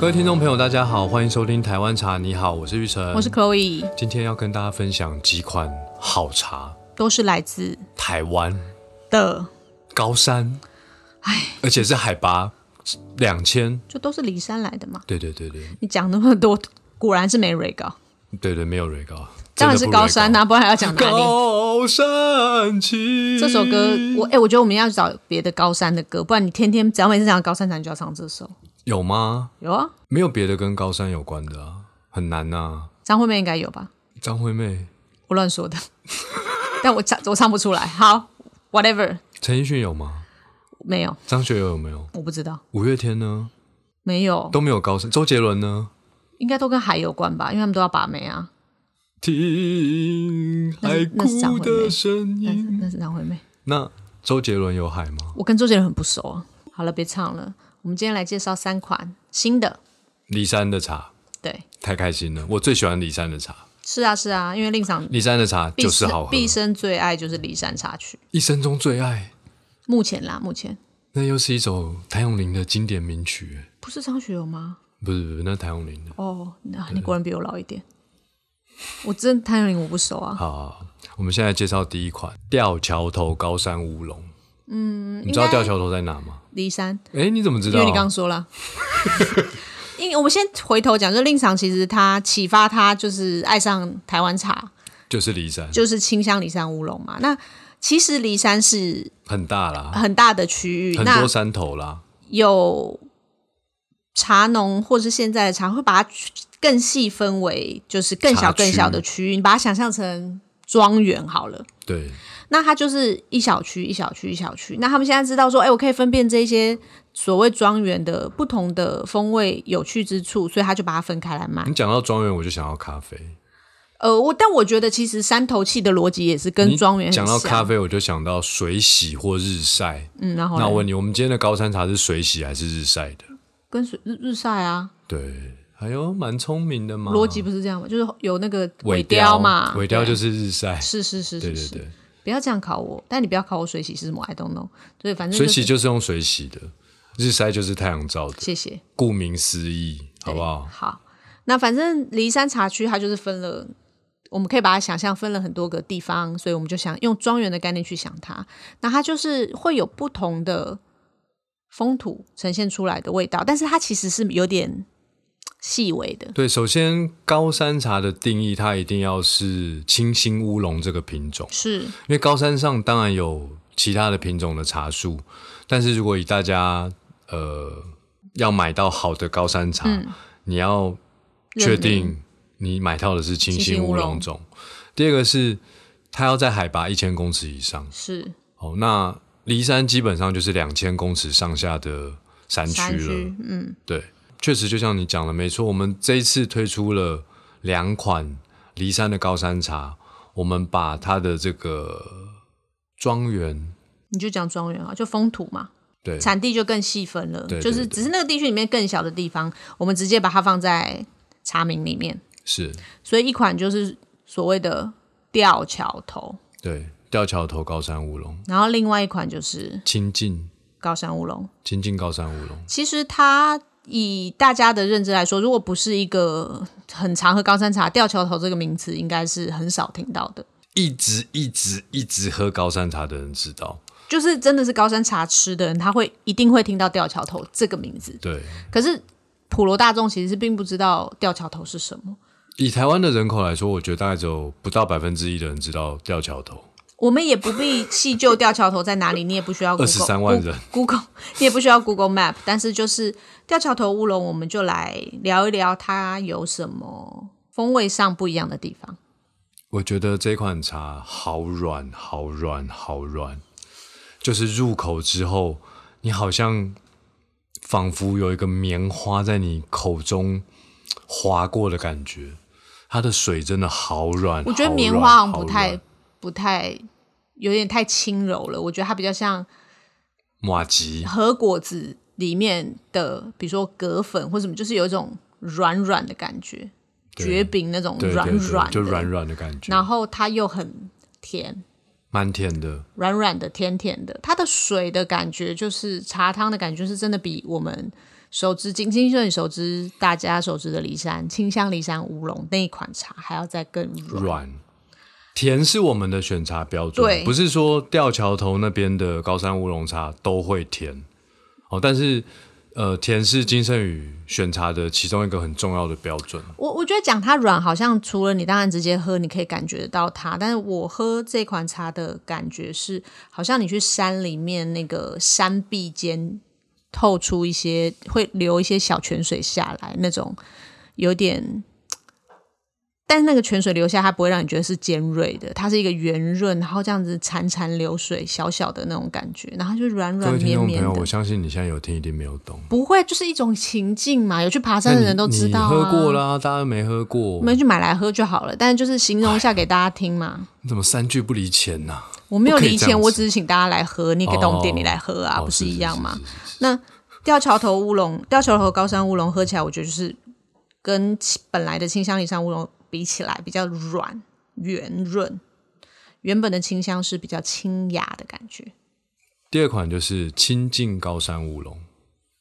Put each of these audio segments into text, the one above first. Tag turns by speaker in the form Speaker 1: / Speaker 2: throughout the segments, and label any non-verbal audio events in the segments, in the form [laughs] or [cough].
Speaker 1: 各位听众朋友，大家好，欢迎收听《台湾茶》，你好，我是玉成，
Speaker 2: 我是 Chloe，
Speaker 1: 今天要跟大家分享几款好茶，
Speaker 2: 都是来自
Speaker 1: 台湾
Speaker 2: 的，
Speaker 1: 高山，而且是海拔两千，
Speaker 2: 就都是离山来的嘛。
Speaker 1: 对对对对
Speaker 2: 你讲那么多，果然是没蕊高，
Speaker 1: 对对，没有瑞高，
Speaker 2: 当然是高山呐、
Speaker 1: 呐、
Speaker 2: 不然还要讲哪里？
Speaker 1: 高山青。
Speaker 2: 这首歌，我哎、我觉得我们要找别的高山的歌，不然你天天只要每次讲到高山茶，你就要唱这首。
Speaker 1: 有吗？
Speaker 2: 有啊，
Speaker 1: 没有别的跟高山有关的啊，很难呐、
Speaker 2: 张惠妹应该有吧？
Speaker 1: 张惠妹、
Speaker 2: 我乱说的， [laughs] 但我唱我唱不出来。好，whatever，
Speaker 1: 陈奕迅有吗？
Speaker 2: 没有，
Speaker 1: 张学友有没有？
Speaker 2: 我不知道，
Speaker 1: 五月天呢？
Speaker 2: 没有，
Speaker 1: 都没有高山。周杰伦呢？
Speaker 2: 应该都跟海有关吧？因为他们都要把妹啊。
Speaker 1: 听
Speaker 2: 那
Speaker 1: 海
Speaker 2: 是那是张
Speaker 1: 哭
Speaker 2: 惠妹
Speaker 1: 的声
Speaker 2: 那是
Speaker 1: 音。
Speaker 2: 那是张惠妹。
Speaker 1: 那周杰伦有海吗？
Speaker 2: 我跟周杰伦很不熟啊。好了，别唱了，我们今天来介绍三款新的。
Speaker 1: 骊山的茶
Speaker 2: 对，
Speaker 1: 太开心了，我最喜欢骊山的茶。
Speaker 2: 是啊是啊，因为令赏
Speaker 1: 骊山的茶嗯
Speaker 2: 毕
Speaker 1: 就是好喝，
Speaker 2: 毕生最爱就是骊山茶曲。
Speaker 1: 一生中最爱。
Speaker 2: 目前啦，目前
Speaker 1: 那又是一首谭咏麟的经典名曲，哎
Speaker 2: 不是张学友吗？
Speaker 1: 不是不是，那谭咏麟的。
Speaker 2: 哦，那你果然比我老一点。我真谭咏麟我不熟啊，
Speaker 1: 好好，好我们现在介绍第一款吊桥头高山乌龙。嗯，你知道
Speaker 2: 应该
Speaker 1: 吊桥头在哪吗？
Speaker 2: 骊山，
Speaker 1: 哎，你怎么知
Speaker 2: 因
Speaker 1: 道？
Speaker 2: 为你刚刚
Speaker 1: [laughs]
Speaker 2: 说了。因为我们先回头讲，就是令赏其实他启发他就是爱上台湾茶，
Speaker 1: 就是骊山，
Speaker 2: 就是清香骊山乌龙嘛。那其实骊山是
Speaker 1: 很大啦，
Speaker 2: 很大的区域，
Speaker 1: 很
Speaker 2: 那
Speaker 1: 多山头啦。
Speaker 2: 有茶农或是现在的茶，会把它区更细分为就是更
Speaker 1: 茶
Speaker 2: 小
Speaker 1: 区
Speaker 2: 更小的区域，你把它想象成庄园好了。
Speaker 1: 对，
Speaker 2: 那它就是一小区一小区一小区。那他们现在知道说，哎、我可以分辨这些所谓庄园的不同的风味、有趣之处，所以他就把它分开来卖
Speaker 1: 你。讲到庄园，我就想要咖啡。
Speaker 2: 呃，我但我觉得其实山头气的逻辑也是跟
Speaker 1: 你
Speaker 2: 庄园很
Speaker 1: 讲到
Speaker 2: 像
Speaker 1: 咖，啡，我就想到水洗或日晒。
Speaker 2: 嗯，然后
Speaker 1: 那
Speaker 2: 呢
Speaker 1: 我问你，我们今天的高山茶是水洗还是日晒的？
Speaker 2: 跟水日日晒啊，
Speaker 1: 对，哎呦，蛮聪明的嘛。
Speaker 2: 逻辑不是这样吗？就是有那个
Speaker 1: 哦尾
Speaker 2: 雕嘛，
Speaker 1: 尾雕
Speaker 2: 对
Speaker 1: 就是日晒。
Speaker 2: 是是是
Speaker 1: 对
Speaker 2: 是
Speaker 1: 对
Speaker 2: 是。
Speaker 1: 对，
Speaker 2: 不要这样考我，但你不要考我水洗是什么，I don't know。所以反正、就
Speaker 1: 水
Speaker 2: 是、
Speaker 1: 洗就是用水洗的，日晒就是太阳照的。
Speaker 2: 谢谢，
Speaker 1: 顾名思义，好不好？
Speaker 2: 好。那反正骊山茶区它就是分了，我们可以把它想象分了很多个地方，所以我们就想用庄园的概念去想它。那它就是会有不同的风土呈现出来的味道，但是它其实是有点细微的。
Speaker 1: 对，首先高山茶的定义，它一定要是清新乌龙这个品种，
Speaker 2: 是
Speaker 1: 因为高山上当然有其他的品种的茶树，但是如果以大家呃要买到好的高山茶，你要确
Speaker 2: 嗯认定
Speaker 1: 定你买到的是清
Speaker 2: 清
Speaker 1: 新
Speaker 2: 新乌
Speaker 1: 乌龙
Speaker 2: 龙
Speaker 1: 种。第二个是它要在海拔一千公尺以上，
Speaker 2: 是
Speaker 1: 哦，那骊山基本上就是两千公尺上下的山区
Speaker 2: 山
Speaker 1: 了。
Speaker 2: 区，嗯，
Speaker 1: 对，确实就像你讲的，没错。我们这一次推出了两款骊山的高山茶，我们把它的这个庄园，
Speaker 2: 你就讲庄园啊，就风土嘛。
Speaker 1: 对
Speaker 2: 产地就更细分了，
Speaker 1: 对
Speaker 2: 就是
Speaker 1: 对对
Speaker 2: 只是那个地区里面更小的地方，我们直接把它放在茶名里面。
Speaker 1: 是，
Speaker 2: 所以一款就是所谓的吊桥头，
Speaker 1: 对，吊桥头高山乌龙，
Speaker 2: 然后另外一款就是
Speaker 1: 亲近
Speaker 2: 高山乌龙。
Speaker 1: 亲近高山乌龙，
Speaker 2: 其实它以大家的认知来说，如果不是一个很常喝高山茶，吊桥头这个名词应该是很少听到的。
Speaker 1: 一直一直一直喝高山茶的人知道，
Speaker 2: 就是真的是高山茶吃的人，他会一定会听到吊桥头这个名字。
Speaker 1: 对。
Speaker 2: 可是普罗大众其实是并不知道吊桥头是什么。
Speaker 1: 以台湾的人口来说，我觉得大概只有不到百分之一的人知道吊桥头。
Speaker 2: 我们也不必细究吊桥头在哪里， [laughs] 你也不需要 Google,
Speaker 1: 23万人
Speaker 2: Google，你也 [laughs] 不需要 Google Map，但是就是吊桥头乌龙，我们就来聊一聊它有什么风味上不一样的地方。
Speaker 1: 我觉得这款茶好软，好软，好软，就是入口之后，你好像仿佛有一个棉花在你口中划过的感觉。它的水真的好软，
Speaker 2: 我觉得
Speaker 1: 好
Speaker 2: 棉
Speaker 1: 软
Speaker 2: 花好像
Speaker 1: 好
Speaker 2: 不太
Speaker 1: 软
Speaker 2: 不太有点太轻柔了，我觉得它比较像
Speaker 1: 马吉，
Speaker 2: 和果子里面的，比如说葛粉或什么，就是有一种软软的感觉，
Speaker 1: 对
Speaker 2: 绝饼那种
Speaker 1: 对对
Speaker 2: 软
Speaker 1: 对
Speaker 2: 软的，
Speaker 1: 就软软的感觉，
Speaker 2: 然后它又很甜。
Speaker 1: 蛮甜的。
Speaker 2: 软软的、甜甜的，它的水的感觉就是茶汤的感觉，是真的比我们熟知仅仅是你熟知大家熟知的梨山清香梨山乌龙那一款茶还要再更软。
Speaker 1: 软。甜是我们的选茶标准，
Speaker 2: 对
Speaker 1: 不是说吊桥头那边的高山乌龙茶都会甜哦，但是呃，甜是金圣宇选茶的其中一个很重要的标准。
Speaker 2: 我我觉得讲它软，好像除了你当然直接喝，你可以感觉得到它，但是我喝这款茶的感觉是，好像你去山里面那个山壁间透出一些，会流一些小泉水下来，那种有点。但是那个泉水流下，它不会让你觉得是尖锐的，它是一个圆润，然后这样子潺潺流水，小小的那种感觉，然后就软
Speaker 1: 各
Speaker 2: 软
Speaker 1: 位听
Speaker 2: 绵
Speaker 1: 众朋
Speaker 2: 绵
Speaker 1: 友，我
Speaker 2: 的，
Speaker 1: 相信你现在有听一定没有懂，
Speaker 2: 不会就是一种情境嘛。有去爬山的人都知道、啊，
Speaker 1: 你你喝过啦，大家没喝过，
Speaker 2: 我们去买来喝就好了。但是就是形容一下给大家听嘛。
Speaker 1: 你怎么三句不离钱呐、
Speaker 2: 我没有
Speaker 1: 不可以
Speaker 2: 离
Speaker 1: 这样
Speaker 2: 钱，
Speaker 1: 子
Speaker 2: 我只是请大家来喝，你也可以到我们店里来喝啊，
Speaker 1: 哦
Speaker 2: [laughs] 不是一样吗？？
Speaker 1: 是是是是
Speaker 2: 那吊桥头乌龙、吊桥头高山乌龙喝起来，我觉得就是跟其本来的清香里山乌龙比起来比较软圆润，原本的清香是比较清雅的感觉。
Speaker 1: 第二款就是清境高山乌龙，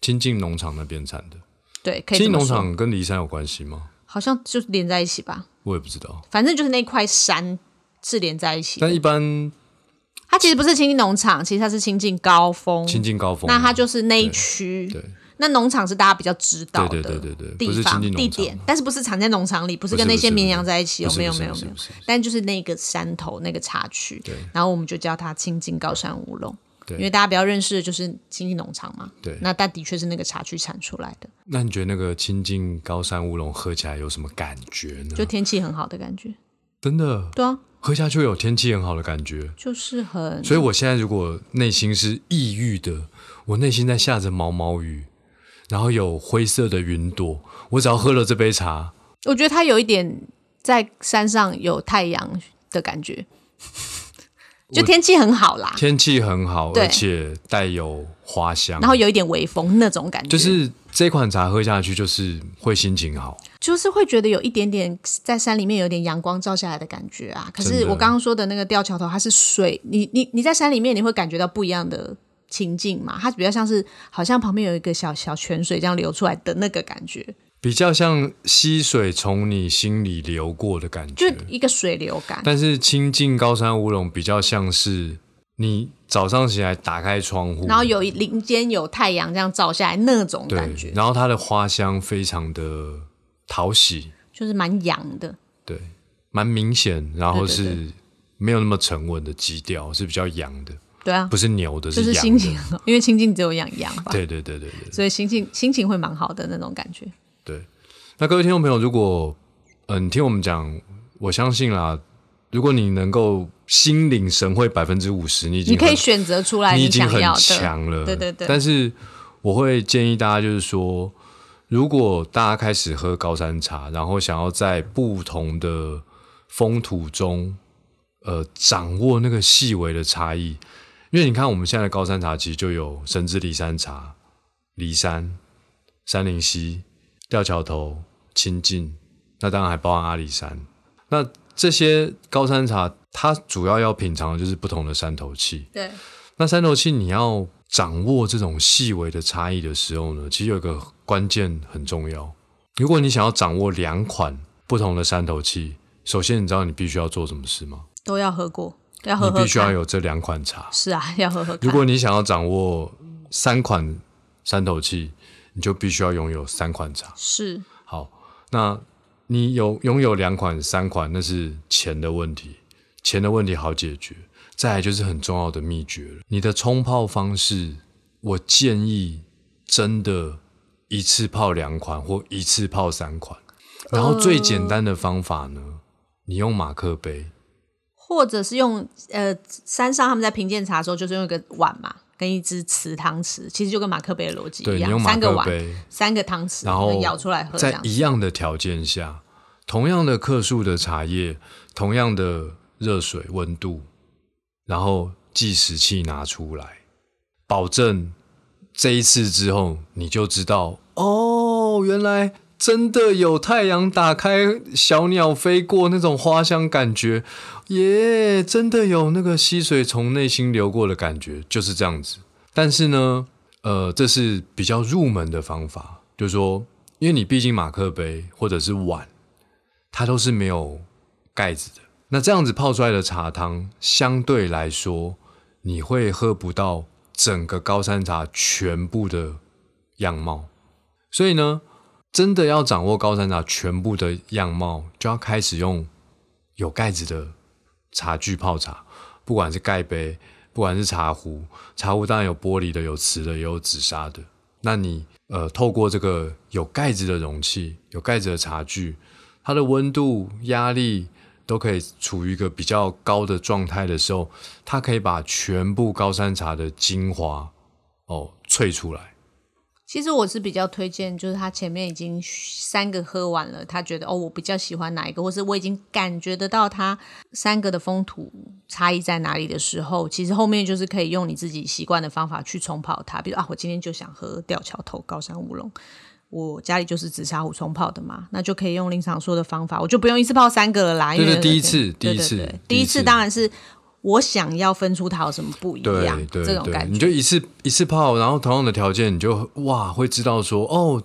Speaker 1: 清境农场那边产的。
Speaker 2: 对，可
Speaker 1: 清
Speaker 2: 以这
Speaker 1: 境
Speaker 2: 么
Speaker 1: 农
Speaker 2: 说，
Speaker 1: 场跟骊山有关系吗？
Speaker 2: 好像就连在一起吧，
Speaker 1: 我也不知道。
Speaker 2: 反正就是那块山是连在一起的。
Speaker 1: 但一般
Speaker 2: 它其实不是清境农场，其实它是清境高峰。
Speaker 1: 清境高峰，
Speaker 2: 那它就是那一区。 [laughs]
Speaker 1: 对
Speaker 2: 那农场是大家比较知道
Speaker 1: 对
Speaker 2: 的
Speaker 1: 对对对对不
Speaker 2: 地
Speaker 1: 是
Speaker 2: 方
Speaker 1: 经济农
Speaker 2: 地
Speaker 1: 场
Speaker 2: 点，但是不是藏在农场里，不是
Speaker 1: 不是
Speaker 2: 跟那
Speaker 1: 不
Speaker 2: 些
Speaker 1: 是
Speaker 2: 绵
Speaker 1: 不是
Speaker 2: 羊在一起哦，
Speaker 1: 不是
Speaker 2: 没有
Speaker 1: 不是
Speaker 2: 没有
Speaker 1: 不是
Speaker 2: 没有
Speaker 1: 不是不是，
Speaker 2: 但就是那个山头那个茶区，然后我们就叫它清境高山乌龙，
Speaker 1: 对
Speaker 2: 因为大家比较认识的就是清境农场嘛，
Speaker 1: 对。嗯
Speaker 2: 那但的确是那个茶区产出来的，
Speaker 1: 那你觉得那个清境高山乌龙喝起来有什么感觉呢
Speaker 2: 就？天气很好的感觉，
Speaker 1: 真的
Speaker 2: 对啊，
Speaker 1: 喝下去有天气很好的感觉，
Speaker 2: 就是很
Speaker 1: 所以我现在如果内心是抑郁的，我内心在下着毛毛雨，然后有灰色的云朵，我只要喝了这杯茶，
Speaker 2: 我觉得它有一点在山上有太阳的感觉，就天气很好啦，
Speaker 1: 天气很好，
Speaker 2: 对
Speaker 1: 而且带有花香，
Speaker 2: 然后有一点微风那种感觉，
Speaker 1: 就是这款茶喝下去就是会心情好。
Speaker 2: 就是会觉得有一点点在山里面有点阳光照下来的感觉啊。可
Speaker 1: 真
Speaker 2: 是
Speaker 1: 的
Speaker 2: 我刚刚说的那个吊桥头，它是水，你你你在山里面你会感觉到不一样的情境嘛？它比较像是好像旁边有一个小小泉水这样流出来的那个感觉，
Speaker 1: 比较像溪水从你心里流过的感
Speaker 2: 就
Speaker 1: 觉，
Speaker 2: 一个水流感。
Speaker 1: 但是清境高山乌龙比较像是你早上起来打开窗户，
Speaker 2: 然后有一林间有太阳这样照下来那种感
Speaker 1: 对，
Speaker 2: 觉，
Speaker 1: 然后它的花香非常的讨喜，
Speaker 2: 就是蛮阳的。
Speaker 1: 对，蛮明显，然后
Speaker 2: 对对对
Speaker 1: 是没有那么沉稳的基调，是比较阳的，
Speaker 2: 对啊，
Speaker 1: 不是牛的，
Speaker 2: 就是
Speaker 1: 阳
Speaker 2: 心
Speaker 1: 的
Speaker 2: 情，很好，因为清境只有养阳吧，
Speaker 1: 对对对对对
Speaker 2: 所以心情心情会蛮好的那种感觉。
Speaker 1: 对。那各位听众朋友，如果嗯、你听我们讲，我相信啦，如果你能够心领神会百分之五十，你已经
Speaker 2: 你可以
Speaker 1: 很
Speaker 2: 选择出来
Speaker 1: 你已经
Speaker 2: 想
Speaker 1: 很
Speaker 2: 要的，
Speaker 1: 强了，
Speaker 2: 对对对
Speaker 1: 但是我会建议大家，就是说，如果大家开始喝高山茶，然后想要在不同的风土中，呃，掌握那个细微的差异，因为你看我们现在的高山茶，其实就有神之骊山茶、骊山、山林溪、吊桥头、清境，那当然还包含阿里山。那这些高山茶，它主要要品尝的就是不同的山头气。
Speaker 2: 对。
Speaker 1: 那三头气你要掌握这种细微的差异的时候呢，其实有一个关键很重要。如果你想要掌握两款不同的三头气，首先你知道你必须要做什么事吗？
Speaker 2: 都要喝过，要喝喝
Speaker 1: 你
Speaker 2: 看。
Speaker 1: 必须要有这两款茶。
Speaker 2: 是啊， [laughs] 要喝喝看。
Speaker 1: 如果你想要掌握三款三头气，你就必须要拥有三款茶。
Speaker 2: 是
Speaker 1: 好，那你有拥有两款、三款，那是钱的问题，钱的问题好解决。再来就是很重要的秘诀了，你的冲泡方式，我建议真的一次泡两款或一次泡三款。然后最简单的方法呢，你用马克杯，
Speaker 2: 或者是用呃山上他们在评鉴茶的时候，就是用一个碗嘛，跟一只瓷汤匙，其实就跟马克杯的逻辑
Speaker 1: 对
Speaker 2: 一
Speaker 1: 你
Speaker 2: 样，
Speaker 1: 用马
Speaker 2: 三个
Speaker 1: 克
Speaker 2: 碗，
Speaker 1: 杯，
Speaker 2: 三个汤匙，
Speaker 1: 然后
Speaker 2: 舀出来喝这
Speaker 1: 在
Speaker 2: 样。
Speaker 1: 一样的条件下，同样的克数的茶叶，同样的热水温度，然后计时器拿出来，保证这一次之后你就知道哦，原来真的有太阳打开，小鸟飞过那种花香感觉，耶，真的有那个溪水从内心流过的感觉，就是这样子。但是呢，呃，这是比较入门的方法，就是说，因为你毕竟马克杯或者是碗，它都是没有盖子的。那这样子泡出来的茶汤，相对来说，你会喝不到整个高山茶全部的样貌。所以呢，真的要掌握高山茶全部的样貌，就要开始用有盖子的茶具泡茶，不管是盖杯，不管是茶壶，茶壶当然有玻璃的、有瓷的，也有紫砂的。那你呃，透过这个有盖子的容器、有盖子的茶具，它的温度、压力都可以处于一个比较高的状态的时候，它可以把全部高山茶的精华哦萃出来。
Speaker 2: 其实我是比较推荐，就是他前面已经三个喝完了，他觉得哦，我比较喜欢哪一个，或是我已经感觉得到他三个的风土差异在哪里的时候，其实后面就是可以用你自己习惯的方法去冲泡它。比如啊，我今天就想喝吊桥头高山乌龙，我家里就是紫砂壶冲泡的嘛，那就可以用林常说的方法，我就不用一次泡三个了啦。因
Speaker 1: 对
Speaker 2: 为
Speaker 1: 对第一次
Speaker 2: 对对
Speaker 1: 第一次
Speaker 2: 对对
Speaker 1: 第一
Speaker 2: 第一
Speaker 1: 次
Speaker 2: 次当然是我想要分出它有什么不一
Speaker 1: 对
Speaker 2: 样，
Speaker 1: 对
Speaker 2: 这种
Speaker 1: 对，
Speaker 2: 感
Speaker 1: 你
Speaker 2: 觉
Speaker 1: 就。一次一次泡，然后同样的条件，你就哇会知道说哦，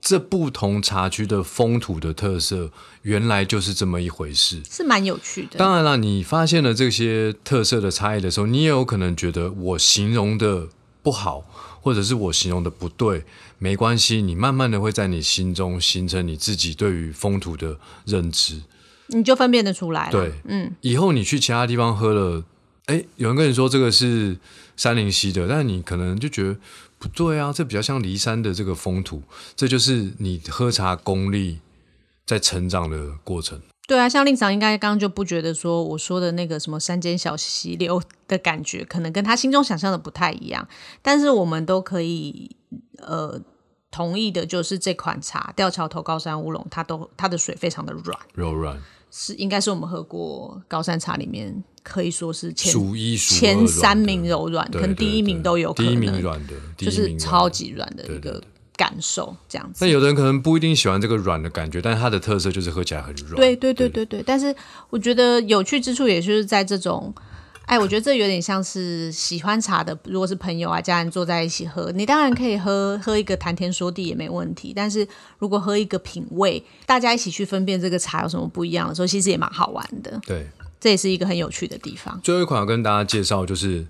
Speaker 1: 这不同茶区的风土的特色原来就是这么一回事。
Speaker 2: 是蛮有趣的，
Speaker 1: 当然了，你发现了这些特色的差异的时候，你也有可能觉得我形容的不好，或者是我形容的不对，没关系，你慢慢的会在你心中形成你自己对于风土的认知。
Speaker 2: 你就分辨得出来了。
Speaker 1: 对，嗯，以后你去其他地方喝了，哎，有人跟你说这个是山林溪的，但你可能就觉得不对啊，这比较像骊山的这个风土，这就是你喝茶功力在成长的过程。
Speaker 2: 对啊，像令长应该刚刚就不觉得说我说的那个什么山间小溪流的感觉，可能跟他心中想象的不太一样，但是我们都可以呃同意的，就是这款茶吊桥头高山乌龙，它都它的水非常的软，
Speaker 1: 柔软，
Speaker 2: 是应该是我们喝过高山茶里面可以说是前
Speaker 1: 数一数二
Speaker 2: 前
Speaker 1: 软
Speaker 2: 三
Speaker 1: 的
Speaker 2: 名柔软，
Speaker 1: 对
Speaker 2: 可能
Speaker 1: 对
Speaker 2: 第一
Speaker 1: 对
Speaker 2: 名都有可
Speaker 1: 第一名
Speaker 2: 能，
Speaker 1: 软的，第一名
Speaker 2: 就是
Speaker 1: 软的
Speaker 2: 超。级软的
Speaker 1: 对
Speaker 2: 一
Speaker 1: 对
Speaker 2: 个感受，这样子
Speaker 1: 但。有的人可能不一定喜欢这个软的感觉，但它的特色就是喝起来很软。
Speaker 2: 哎对对对对对，但是我觉得有趣之处也就是在这种，哎，我觉得这有点像是喜欢茶的，如果是朋友啊、家人坐在一起喝，你当然可以喝喝一个谈天说地也没问题，但是如果喝一个品味，大家一起去分辨这个茶有什么不一样的时候，其实也蛮好玩的，
Speaker 1: 对，
Speaker 2: 这也是一个很有趣的地方。
Speaker 1: 最后一款要跟大家介绍就是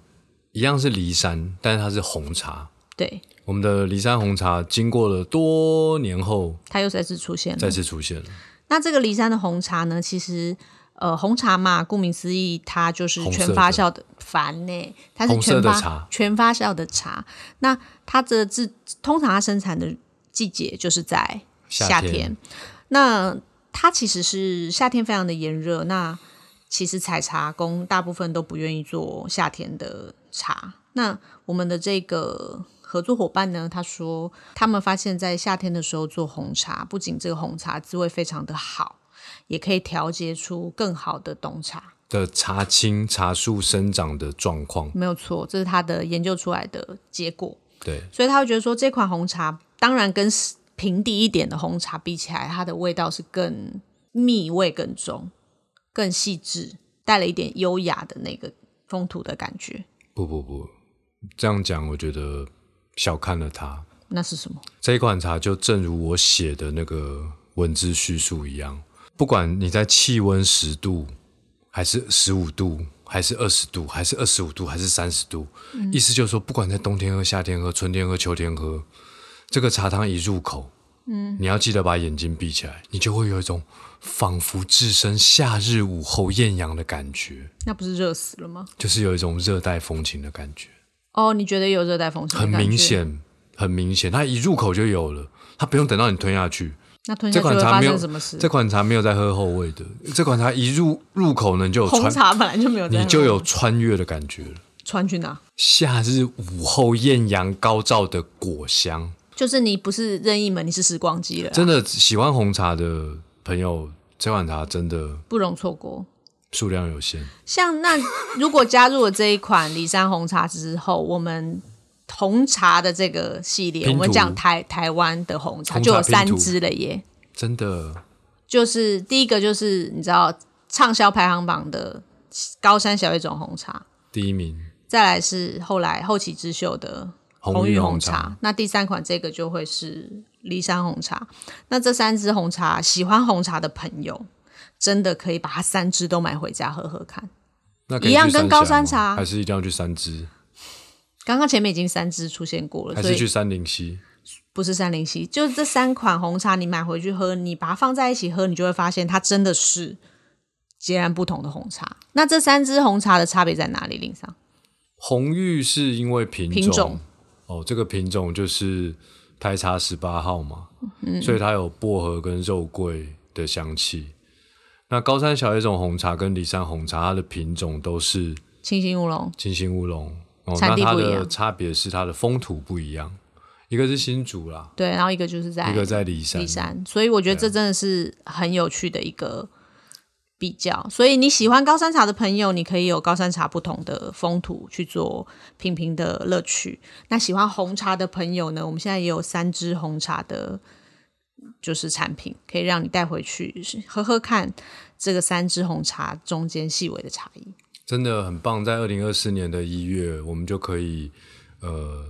Speaker 1: 一样是骊山，但是它是红茶。
Speaker 2: 对，
Speaker 1: 我们的骊山红茶经过了多年后
Speaker 2: 它又再次出现
Speaker 1: 再
Speaker 2: 了。
Speaker 1: 次出现了，
Speaker 2: 那这个骊山的红茶呢，其实。呃，红茶嘛，顾名思义，它就是
Speaker 1: 红色
Speaker 2: 全
Speaker 1: 的
Speaker 2: 发酵的，烦呢、它是
Speaker 1: 红色
Speaker 2: 全
Speaker 1: 的
Speaker 2: 发
Speaker 1: 茶
Speaker 2: 全发酵的茶。那它的制通常它生产的季节就是在
Speaker 1: 夏
Speaker 2: 夏
Speaker 1: 天
Speaker 2: 那它其实是夏天非常的炎热，那其实采茶工大部分都不愿意做夏天的茶。那我们的这个合作伙伴呢，他说他们发现，在夏天的时候做红茶，不仅这个红茶滋味非常的好，也可以调节出更好的冬茶。
Speaker 1: 的茶青茶树生长的状况。
Speaker 2: 没有错，这是他的研究出来的结果。
Speaker 1: 对，
Speaker 2: 所以他会觉得说，这款红茶当然跟平地一点的红茶比起来，它的味道是更蜜味更重、更细致，带了一点优雅的那个风土的感觉。
Speaker 1: 不不不，这样讲我觉得小看了它。
Speaker 2: 那是什么？
Speaker 1: 这一款茶就正如我写的那个文字叙述一样，不管你在气温十度，还是十五度，还是二十度，还是二十五度，还是三十度，意思就是说，不管在冬天喝、夏天喝、春天喝、秋天喝，这个茶汤一入口，嗯，你要记得把眼睛闭起来，你就会有一种仿佛置身夏日午后艳阳的感觉，
Speaker 2: 那不是热死了吗？
Speaker 1: 就是有一种热带风情的感觉。
Speaker 2: 哦，你觉得有热带风情？
Speaker 1: 很明。显，很明显，它一入口就有了，它不用等到你吞下去。
Speaker 2: 那吞下
Speaker 1: 这
Speaker 2: 去会
Speaker 1: 款茶
Speaker 2: 发
Speaker 1: 没
Speaker 2: 生
Speaker 1: 有
Speaker 2: 什么事？
Speaker 1: 这款茶没有在喝后味的，这款茶一入入口呢，你就有
Speaker 2: 红
Speaker 1: 穿，
Speaker 2: 茶本来就没有在喝，
Speaker 1: 你就有穿越的感觉了。
Speaker 2: 穿去哪？
Speaker 1: 夏日午后艳阳高照的果香，
Speaker 2: 就是你不是任意门，你是时光机了啊，
Speaker 1: 真的喜欢红茶的朋友，这款茶真的
Speaker 2: 不容错过。
Speaker 1: 数量有限。
Speaker 2: 像那如果加入了这一款骊山红茶之后，我们红茶的这个系列，
Speaker 1: 拼图
Speaker 2: 我们讲台台湾的红茶
Speaker 1: 红茶
Speaker 2: 就有
Speaker 1: 拼图
Speaker 2: 三支了耶。
Speaker 1: 真的，
Speaker 2: 就是第一个就是你知道畅销排行榜的高山小叶种红茶，
Speaker 1: 第一名
Speaker 2: 再来是后来后起之秀的
Speaker 1: 红玉
Speaker 2: 红
Speaker 1: 茶，
Speaker 2: 那第三款这个就会是骊山红茶。那这三支红茶，喜欢红茶的朋友真的可以把它三支都买回家喝喝看。
Speaker 1: 那可以
Speaker 2: 一样
Speaker 1: 去
Speaker 2: 跟
Speaker 1: 三
Speaker 2: 高
Speaker 1: 峡
Speaker 2: 山
Speaker 1: 吗
Speaker 2: 茶
Speaker 1: 还是一定要去三支，
Speaker 2: 刚刚前面已经三支出现过了，
Speaker 1: 还
Speaker 2: 所
Speaker 1: 是
Speaker 2: 以
Speaker 1: 去三零七？
Speaker 2: 不是三零七，就是这三款红茶，你买回去喝，你把它放在一起喝，你就会发现它真的是截然不同的红茶。那这三支红茶的差别在哪里？林桑，
Speaker 1: 红玉是因为品
Speaker 2: 品种
Speaker 1: 哦，这个品种就是拍茶十八号嘛，
Speaker 2: 嗯
Speaker 1: 所以它有薄荷跟肉桂的香气。那高山小叶种红茶跟骊山红茶，它的品种都是
Speaker 2: 清新乌龙，
Speaker 1: 清新乌龙哦，
Speaker 2: 产
Speaker 1: 那
Speaker 2: 地
Speaker 1: 它
Speaker 2: 不一样
Speaker 1: 的差别是它的风土不一样，一个是新竹啦，
Speaker 2: 对，然后一个就是在
Speaker 1: 一个在骊山。
Speaker 2: 骊哎山，所以我觉得这
Speaker 1: 啊
Speaker 2: 真的是很有趣的一个比较。所以你喜欢高山茶的朋友，你可以有高山茶不同的风土去做品评的乐趣。那喜欢红茶的朋友呢，我们现在也有三支红茶的，就是产品可以让你带回去喝喝看，这个三支红茶中间细微的差异。
Speaker 1: 真的很棒，在二零二四年的一月，我们就可以呃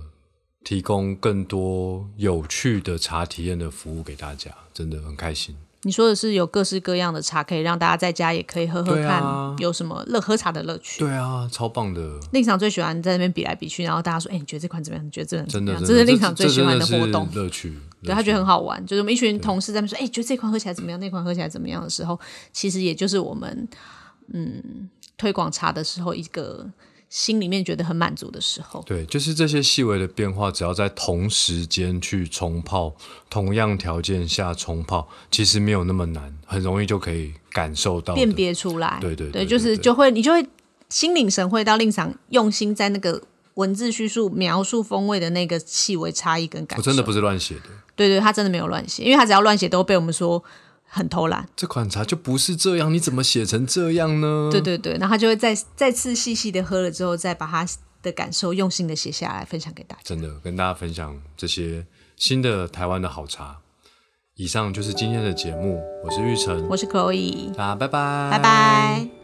Speaker 1: 提供更多有趣的茶体验的服务给大家，真的很开心。
Speaker 2: 你说的是有各式各样的茶，可以让大家在家也可以喝喝
Speaker 1: 对
Speaker 2: 看，
Speaker 1: 啊
Speaker 2: 有什么乐喝茶的乐趣？
Speaker 1: 对啊，超棒的，
Speaker 2: 令场最喜欢在那边比来比去，然后大家说：“哎、你觉得这款怎么样？你觉得这款怎
Speaker 1: 真
Speaker 2: 么
Speaker 1: 的
Speaker 2: 样？”
Speaker 1: 真的，
Speaker 2: 啊这是令场最喜欢
Speaker 1: 这真
Speaker 2: 活
Speaker 1: 是
Speaker 2: 动。
Speaker 1: 乐趣。
Speaker 2: 对他觉得很好玩，就是我们一群同事在那边说：“哎、觉得这款喝起来怎么样？那款喝起来怎么样？”的时候，其实也就是我们嗯推广茶的时候，一个心里面觉得很满足的时候。
Speaker 1: 对，就是这些细微的变化，只要在同时间去冲泡，同样条件下冲泡，其实没有那么难，很容易就可以感受到的
Speaker 2: 辨别出来，
Speaker 1: 对对对对
Speaker 2: 就是
Speaker 1: 对
Speaker 2: 就会你就会心领神会到令场用心在那个文字叙述描述风味的那个细微差异跟感
Speaker 1: 我
Speaker 2: 受。
Speaker 1: 哦真的不是乱写的，
Speaker 2: 对对，他真的没有乱写，因为他只要乱写都被我们说很偷懒。
Speaker 1: 这款茶就不是这样，你怎么写成这样呢？
Speaker 2: 对对对，然后他就会再再次细细的喝了之后，再把他的感受用心的写下来，分享给大家。
Speaker 1: 真的跟大家分享这些新的台湾的好茶。以上就是今天的节目，我是玉成，
Speaker 2: 我是 Chloe，
Speaker 1: 大家拜拜，
Speaker 2: 拜拜。